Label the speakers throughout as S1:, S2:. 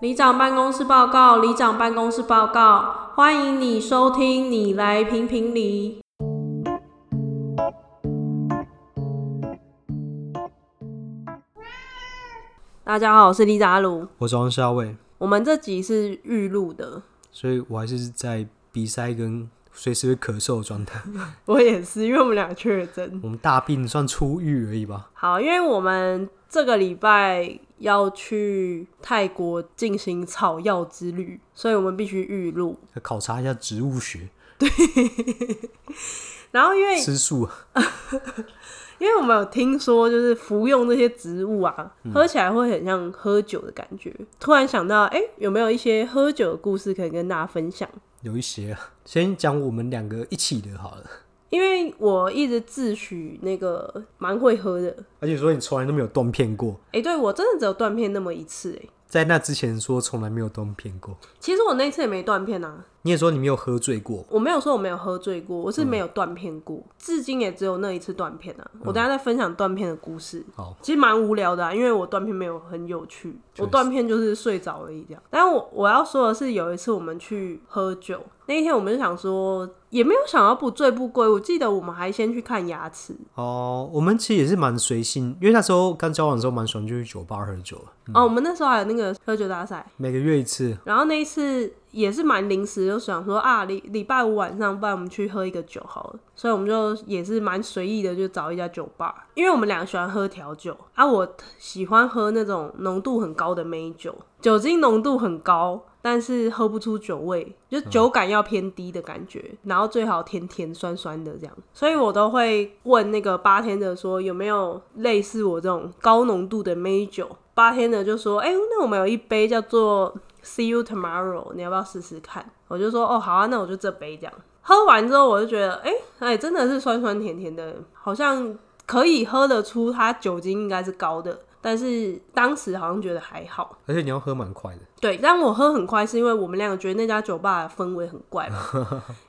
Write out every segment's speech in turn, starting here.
S1: 里长办公室报告，里长办公室报告，欢迎你收听，你来评评理。大家好，我是里长阿鲁。
S2: 我早上是阿伟，
S1: 我们这集是预录的，
S2: 所以我还是在鼻塞跟随时会咳嗽的状态。
S1: 我也是，因为我们俩确诊。
S2: 我们大病算初愈而已吧。
S1: 好，因为我们这个礼拜要去泰国进行草药之旅，所以我们必须预录。
S2: 要考察一下植物学，
S1: 然后因为
S2: 吃素啊，
S1: 因为我们有听说，就是服用这些植物啊，喝起来会很像喝酒的感觉。突然想到，哎、有没有一些喝酒的故事可以跟大家分享？
S2: 有一些啊。先讲我们两个一起的好了。
S1: 因为我一直自诩那个蛮会喝的，
S2: 而且说你从来都没有断片过，
S1: 哎、对我真的只有断片那么一次、诶
S2: 在那之前说从来没有断片过。
S1: 其实我那次也没断片啊，
S2: 你也说你没有喝醉过，
S1: 我没有说我没有喝醉过，我是没有断片过，至今也只有那一次断片啊。我等一下再分享断片的故事。
S2: 好，
S1: 其实蛮无聊的、啊，因为我断片没有很有趣，我断片就是睡着而已这样。但我我要说的是，有一次我们去喝酒，那一天我们就想说，也没有想到不醉不归。我记得我们还先去看牙齿，
S2: 哦，我们其实也是蛮随性，因为那时候刚交往的时候蛮喜欢就去酒吧喝酒的，
S1: 哦，我们那时候还有那个喝酒大赛，
S2: 每个月一次。
S1: 然后那一次也是蛮临时，就想说啊，礼礼拜五晚上，不然我们去喝一个酒好了。所以我们就也是蛮随意的，就找一家酒吧，因为我们俩喜欢喝调酒啊，我喜欢喝那种浓度很高的美酒，酒精浓度很高。但是喝不出酒味，就酒感要偏低的感觉，然后最好甜甜酸酸的这样，所以我都会问那个八天的说有没有类似我这种高浓度的美酒，八天的就说，哎、那我们有一杯叫做 See you tomorrow，你要不要试试看？我就说哦，好啊，那我就这杯这样。喝完之后，我就觉得，哎、哎、真的是酸酸甜甜的，好像可以喝得出它酒精应该是高的，但是当时好像觉得还好。
S2: 而且你要喝蛮快的，
S1: 对，但我喝很快是因为我们两个觉得那家酒吧的氛围很怪嘛，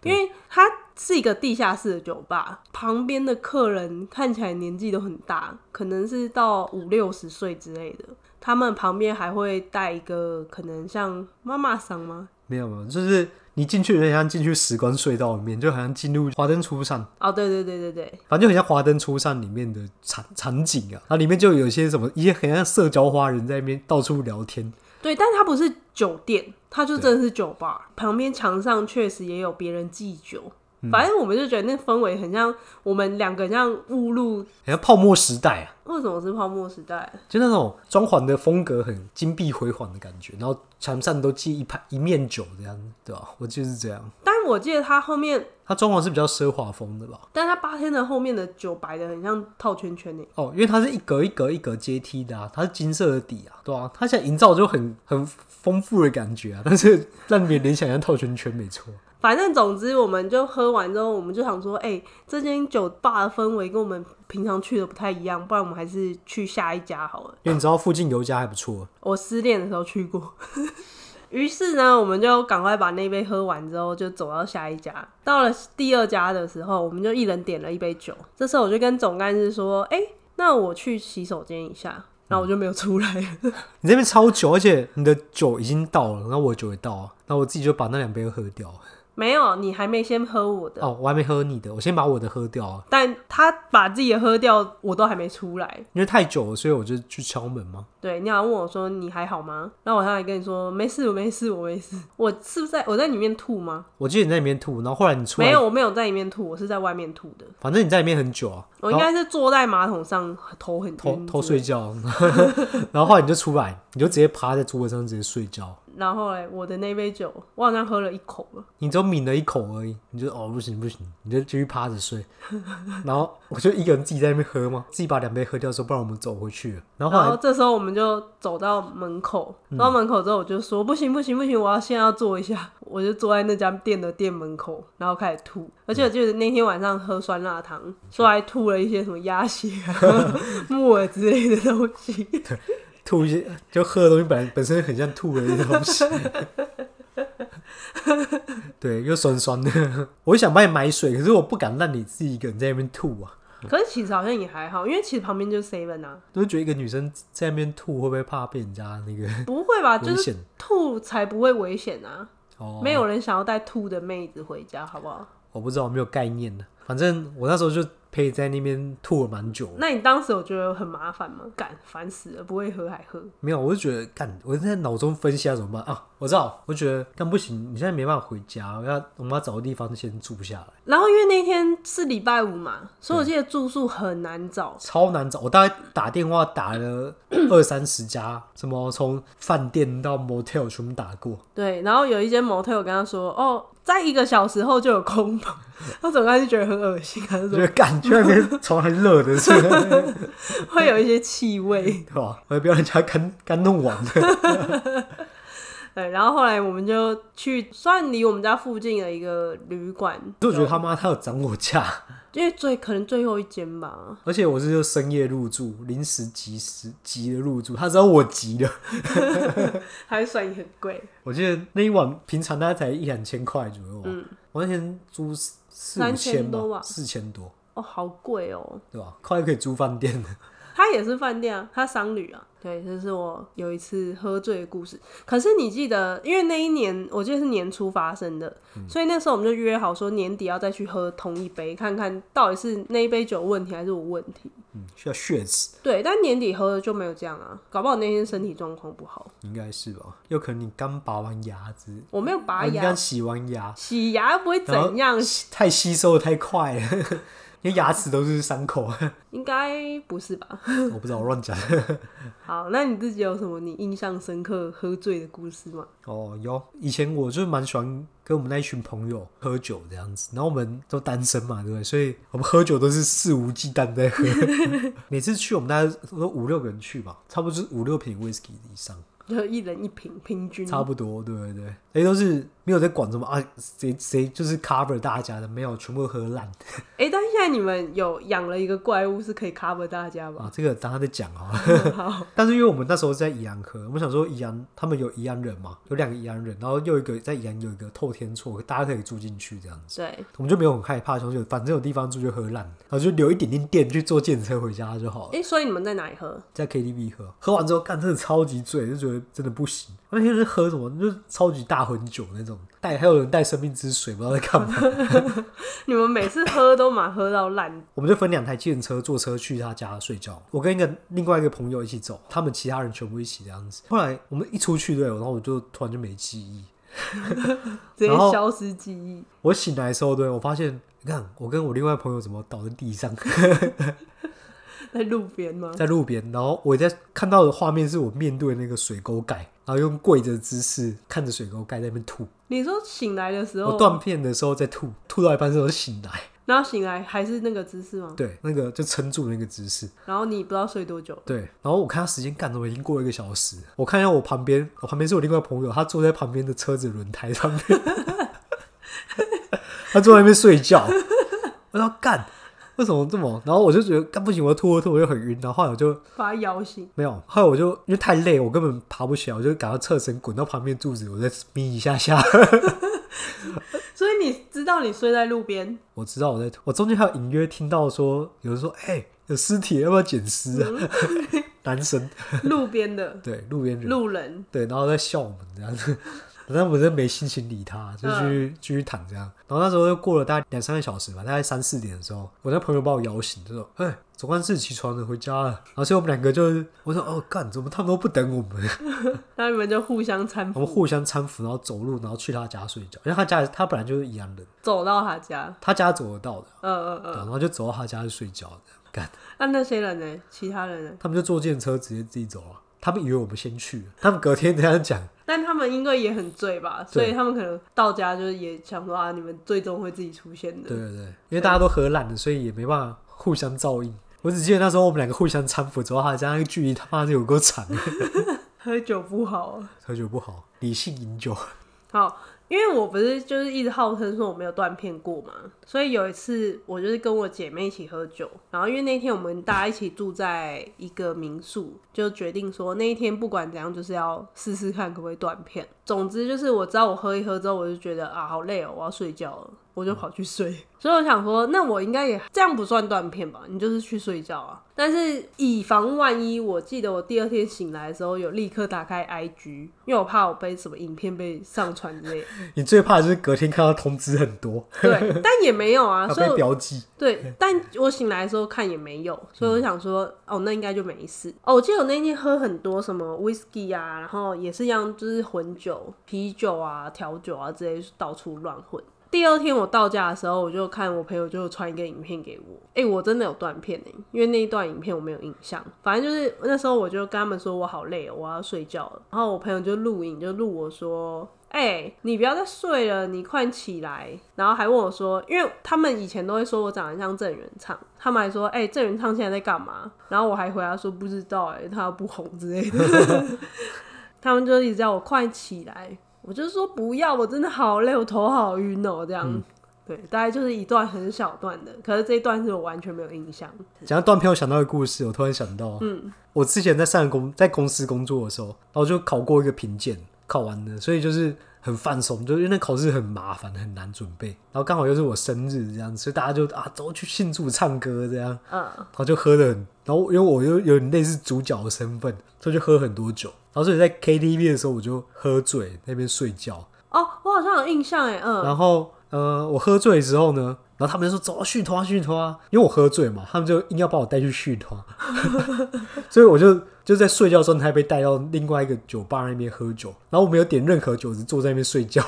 S1: 因为它是一个地下室的酒吧，旁边的客人看起来年纪都很大，可能是到五六十岁之类的。他们旁边还会带一个可能像妈妈桑吗？
S2: 没有没有，就是你进去有点像进去时光隧道里面，就好像进入华灯初上，
S1: 哦，对对对对对，
S2: 反正就很像《华灯初上》里面的场场景啊，它里面就有一些什么一些很像社交花人在那边到处聊天，
S1: 对，但它不是酒店，它就真的是酒吧。旁边墙上确实也有别人祭酒，反正我们就觉得那氛围很像我们两个像误入
S2: 很像泡沫时代啊，
S1: 为什么是泡沫时代？
S2: 就那种装潢的风格很金碧辉煌的感觉，然后墙上都记一盘一面酒这样子，对吧、我就是这样，
S1: 但我记得它后面，
S2: 它装潢是比较奢华风的吧？
S1: 但它八天的后面的酒摆的很像套圈圈欸呢。
S2: 哦，因为它是一格一格一格阶梯的啊，它是金色的底啊，对啊，它现在营造就很很丰富的感觉啊，但是 让别人联想像套圈圈没错。
S1: 反正总之，我们就喝完之后，我们就想说，哎、这间酒吧的氛围跟我们平常去的不太一样，不然我们还是去下一家好了。
S2: 因为你知道附近有一家还不错，
S1: 我失恋的时候去过。 于是呢，我们就赶快把那杯喝完之后，就走到下一家。到了第二家的时候，我们就一人点了一杯酒。这时候我就跟总干事说：“哎、那我去洗手间一下。”然后我就没有出来 了。
S2: 你这边超久，而且你的酒已经到了，那我的酒也到了，那我自己就把那两杯喝掉了。
S1: 没有，你还没先喝我的，
S2: 哦，我还没喝你的，我先把我的喝掉啊，
S1: 但他把自己的喝掉，我都还没出来。
S2: 因为太久了，所以我就去敲门嘛。
S1: 对，你好像问我说你还好吗？然后我上来跟你说没事，我没事，我没事。我是不是在我在里面吐吗？
S2: 我记得你在里面吐，然后后来你出来，
S1: 没有，，我没有在里面吐，我是在外面吐的。
S2: 反正你在里面很久啊，
S1: 我应该是坐在马桶上，头很
S2: 偷
S1: 晕
S2: 偷
S1: 之类
S2: 睡觉， 然后后来你就出来，你就直接趴在桌子上直接睡觉，
S1: 的。然后嘞，我的那杯酒，我好像喝了一口了。
S2: 你只有抿了一口而已，你就哦不行不行，你就继续趴着睡， 然后我就一个人自己在那边喝嘛，自己把两杯喝掉之后，不然我们走回去了，然后嗯后
S1: 然
S2: 来
S1: 后这时候我们就走到门口，到门口之后我就说、不行不行不行，我要现在要坐一下， 我就坐在那家店的店门口，然后开始吐，而且我记得那天晚上喝酸辣
S2: 嗯
S1: 汤，说还吐了一些什么鸭血、啊、 木耳之类的东西。
S2: 吐一些，就喝的东西本本身很像吐的一些东西， 对，又酸酸的。我想帮你买水，可是我不敢让你自己一个人在那边吐啊。
S1: 可是其实好像也还好，因为其实旁边就是 seven 啊，
S2: 都会觉得一个女生在那边吐会不会怕被人家那个
S1: 不会吧？ 就
S2: 危
S1: 是
S2: 险？
S1: 吐才不会危险啊，
S2: 哦，
S1: 没有人想要带吐的妹子回家，好不好？
S2: 我不知道，我没有概念的。反正我那时候就陪在那边吐了蛮久，
S1: 那你当时有觉得很麻烦吗？干，烦死了，不会喝还喝，
S2: 没有，我就觉得干，我在脑中分析要怎么办啊？我知道，我觉得干不行，你现在没办法回家，我要我们要找个地方先住下来，
S1: 然后因为那天是礼拜五嘛，所以我记得住宿很难找，
S2: 超难找。我大概打电话打了 二三十家，什么从饭店到 motel 全部打过，
S1: 对，然后有一间模特，我跟他说，哦，在一个小时后就有空房， 他总该就觉得很恶心，还是
S2: 我觉
S1: 说
S2: 得干，居然跟床还热的是， 对
S1: 会有一些气味，
S2: 吧？我也不要人家干干弄 完了，
S1: 对，然后后来我们就去算离我们家附近的一个旅馆，
S2: 就觉得他妈他有涨我价，
S1: 因为最可能最后一间吧，
S2: 而且我是就深夜入住，临时急时急的入住，他知道我急了。
S1: 还算也很贵，
S2: 我记得那一晚平常大概才一两千块左右，嗯，我那天租四四五
S1: 3000多
S2: 吧，
S1: 吧
S2: 四千多，
S1: 哦，好贵哦。
S2: 对吧？快可以租饭店了，
S1: 他也是饭店啊，他商旅啊，对，这是我有一次喝醉的故事。可是你记得，因为那一年我记得是年初发生的，所以那时候我们就约好说年底要再去喝同一杯，看看到底是那一杯酒问题还是我问题。
S2: 嗯，需要血脂，
S1: 对，但年底喝的就没有这样啊，搞不好那天身体状况不好，
S2: 应该是吧？有可能你刚拔完牙子，
S1: 我没有拔
S2: 你
S1: 牙
S2: 刚，洗完牙，
S1: 洗牙不会怎样，
S2: 太吸收的太快了， 你牙齿都是伤口，
S1: 应该不是吧？
S2: 我不知道我乱讲。
S1: 好，那你自己有什么你印象深刻喝醉的故事吗？
S2: 哦，有以前我就是蛮喜欢跟我们那一群朋友喝酒这样子，然后我们都单身嘛，对不对？所以我们喝酒都是肆无忌惮在喝，每次去我们大家都五六个人去嘛，差不多就是五六瓶 whisky 以上，
S1: 就一人一瓶，平均
S2: 差不多，对对对，哎，都是没有在管什么啊，谁谁就是 cover 大家的，没有全部喝烂
S1: 哎、但是现在你们有养了一个怪物是可以 cover 大家吧？
S2: 啊，这个等他再讲啊。 但是因为我们那时候在宜兰喝，我们想说宜兰他们有宜兰人嘛，有两个宜兰人，然后又一个在宜兰有一个透天厝，大家可以住进去这样子。
S1: 对，
S2: 我们就没有很害怕，想说反正有地方住就喝烂，然后就留一点点电去坐电车回家就好
S1: 哎、
S2: 了。
S1: 所以你们在哪里喝？
S2: 在 KTV 喝，喝完之后干真的超级醉，就觉得真的不行。那天是喝什么，就是超级大混酒那种，带还有人带生命之水，不知道在干嘛。
S1: 你们每次喝都嘛喝到烂，
S2: 我们就分两台电车坐车去他家睡觉，我跟一个另外一个朋友一起走，他们其他人全部一起这样子。后来我们一出去对，然后我就突然就没记忆，
S1: 直接
S2: 然后
S1: 消失记忆。
S2: 我醒来的时候对我发现，你看我跟我另外朋友怎么倒在地上。
S1: 在路边吗？
S2: 在路边，然后我在看到的画面是我面对那个水沟盖，然后用跪着姿势看着水沟盖在那边吐。
S1: 你说醒来的时
S2: 我
S1: 候，
S2: 断片的时候在吐，吐到一半的时候醒来，
S1: 然后醒来还是那个姿势吗？
S2: 对，那个就撑住那个姿势，
S1: 然后你不知道睡多久了，
S2: 对。然后我看他时间，干怎么已经过了一个小时？我看一下我旁边，我旁边是我另外朋友，他坐在旁边的车子轮胎上面， 他坐在那边睡觉。我说干，为什么这么？然后我就觉得干不行，我吐了吐，我就很晕。然后后来我就
S1: 把他摇醒。
S2: 没有，后来我就因为太累，我根本爬不起来，我就赶快侧身滚到旁边柱子，我再眯一下下。
S1: 所以你知道你睡在路边，
S2: 我知道我在吐，我中间还有隐约听到说有人说：“哎、有尸体，要不要捡尸啊？” 男生
S1: 路边的
S2: 对路边人
S1: 路人，
S2: 对，然后在笑我们这样 子。反正我真的没心情理他，就继续继续躺这样。然后那时候又过了大概两三个小时吧，大概三四点的时候，我那朋友把我摇醒，就说：“哎、总算是起床了，回家了。”然后所以我们两个就我说：“哦，干，怎么他们都不等我们？”
S1: 然后你们就互相搀
S2: 我
S1: 扶，
S2: 们互相搀扶，然后走路，然后去他家睡觉。因为他家他本来就是宜兰人，
S1: 走到他家。
S2: 他家走得到的，
S1: 呃呃
S2: 对
S1: 呃，
S2: 然后就走到他家去睡觉的。干，
S1: 那那些人呢？其他人呢？
S2: 他们就坐电车直接自己走了。他们以为我们先去，他们隔天这样讲，
S1: 但他们应该也很醉吧，所以他们可能到家就是也想说啊，你们最终会自己出现的
S2: 对。对对，因为大家都喝烂了，所以也没办法互相照应。我只记得那时候我们两个互相搀扶走到他家，那个距离他妈的有够长，
S1: 喝酒不好啊、
S2: 喝酒不好，理性饮酒。
S1: 好，因为我不是就是一直号称说我没有断片过嘛，所以有一次我就是跟我姐妹一起喝酒，然后因为那天我们大家一起住在一个民宿，就决定说那一天不管怎样就是要试试看可不可以断片。总之就是我知道我喝一喝之后，我就觉得啊好累哦，我要睡觉了。我我就跑去睡。 所以我想说，那我应该也这样不算断片吧？你就是去睡觉啊。但是以防万一，我记得我第二天醒来的时候有立刻打开 IG，因为我怕我被什么影片被上传之类的。
S2: 你最怕的就是隔天看到通知很多，
S1: 对，但也没有啊，
S2: 要
S1: 所以
S2: 被
S1: 我
S2: 标记。
S1: 对，但我醒来的时候看也没有，所以我想说，哦，那应该就没事。哦，我记得我那天喝很多什么 whisky 啊，然后也是一样，就是混酒、啤酒啊、调酒啊之类，到处乱混。第二天我到家的时候，我就看我朋友就传一个影片给我，哎、我真的有断片哎、因为那一段影片我没有印象。反正就是那时候我就跟他们说我好累、哦，我要睡觉了。然后我朋友就录影，就录我说哎、你不要再睡了，你快起来。然后还问我说，因为他们以前都会说我长得像郑元畅，他们还说，哎、郑元畅现在在干嘛？然后我还回答说不知道、哎，他不红之类的。 他们就一直叫我快起来，我就说不要，我真的好累，我头好晕哦、这样。对，大概就是一段很小段的，可是这一段是我完全没有印象。
S2: 讲到断片，我想到一个故事，我突然想到，嗯，我之前在上公在公司工作的时候，然后就考过一个评鉴，考完了，所以就是很放松，就是因为那考试很麻烦，很难准备，然后刚好又是我生日这样，所以大家就啊走去庆祝唱歌这样，
S1: 嗯，
S2: 然后就喝了很，然后因为我又有点类似主角的身份，所以就喝很多酒，然后所以在 KTV 的时候我就喝醉那边睡觉，
S1: 哦，我好像有印象哎，嗯，
S2: 然后呃，我喝醉之后呢，然后他们就说走啊续团续团啊，因为我喝醉嘛，他们就硬要把我带去续团， 所以我就就在睡觉状态被带到另外一个酒吧那边喝酒，然后我没有点任何酒，只坐在那边睡觉，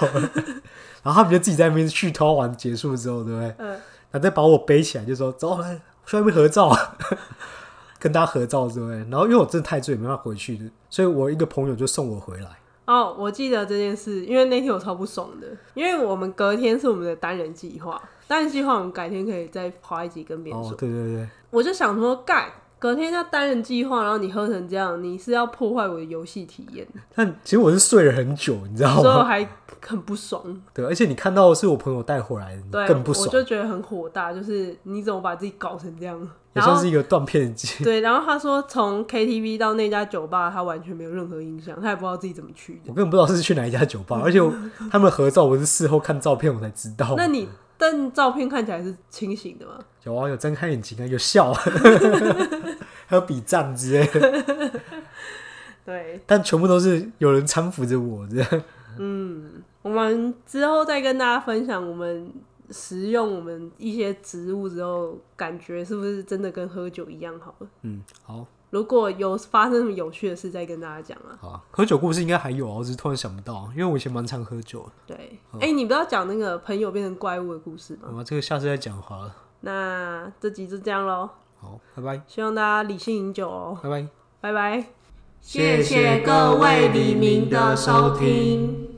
S2: 然后他们就自己在那边续团完结束之后，对不对？
S1: 嗯
S2: 然后再把我背起来，就说走来去外面合照。 跟大家合照之类，然后因为我真的太醉，没办法回去的，所以我一个朋友就送我回来。
S1: 哦，我记得这件事，因为那天我超不爽的，因为我们隔天是我们的单人计划，单人计划我们改天可以再花一集跟别人说。
S2: 哦，对对对，
S1: 我就想说，干，隔天要单人计划，然后你喝成这样，你是要破坏我的游戏体验，
S2: 但其实我是睡了很久，你知道
S1: 所以
S2: 吗？
S1: 我还很不爽。
S2: 对，而且你看到的是我朋友带回来的，你
S1: 对，
S2: 更不
S1: 我
S2: 爽，
S1: 就觉得很火大，就是你怎么把自己搞成这样？
S2: 也
S1: 然
S2: 算
S1: 后
S2: 是一个断片的记
S1: 对，然后他说从 KTV 到那家酒吧，他完全没有任何印象，他也不知道自己怎么去的。
S2: 我根本不知道是去哪一家酒吧，而且我他们合照我是事后看照片我才知道。
S1: 那你但照片看起来是清醒的吗？
S2: 有啊，有睁开眼睛啊，有笑啊， 还有比赞之类的，
S1: 对，
S2: 但全部都是有人搀扶着我这样。
S1: 我们之后再跟大家分享我们食用我们一些植物之后，感觉是不是真的跟喝酒一样好了。
S2: 嗯，好，
S1: 如果有发生什么有趣的事，再跟大家讲啊。
S2: 好啊，喝酒故事应该还有啊，我只是突然想不到，因为我以前蛮常喝酒的。
S1: 对，哎、你不要讲那个朋友变成怪物的故事吗？
S2: 好吧，这个下次再讲好了。
S1: 那这集就这样喽，
S2: 好，拜拜，
S1: 希望大家理性饮酒哦，
S2: 拜拜。
S1: 拜拜。
S2: 谢谢各位黎明的收听。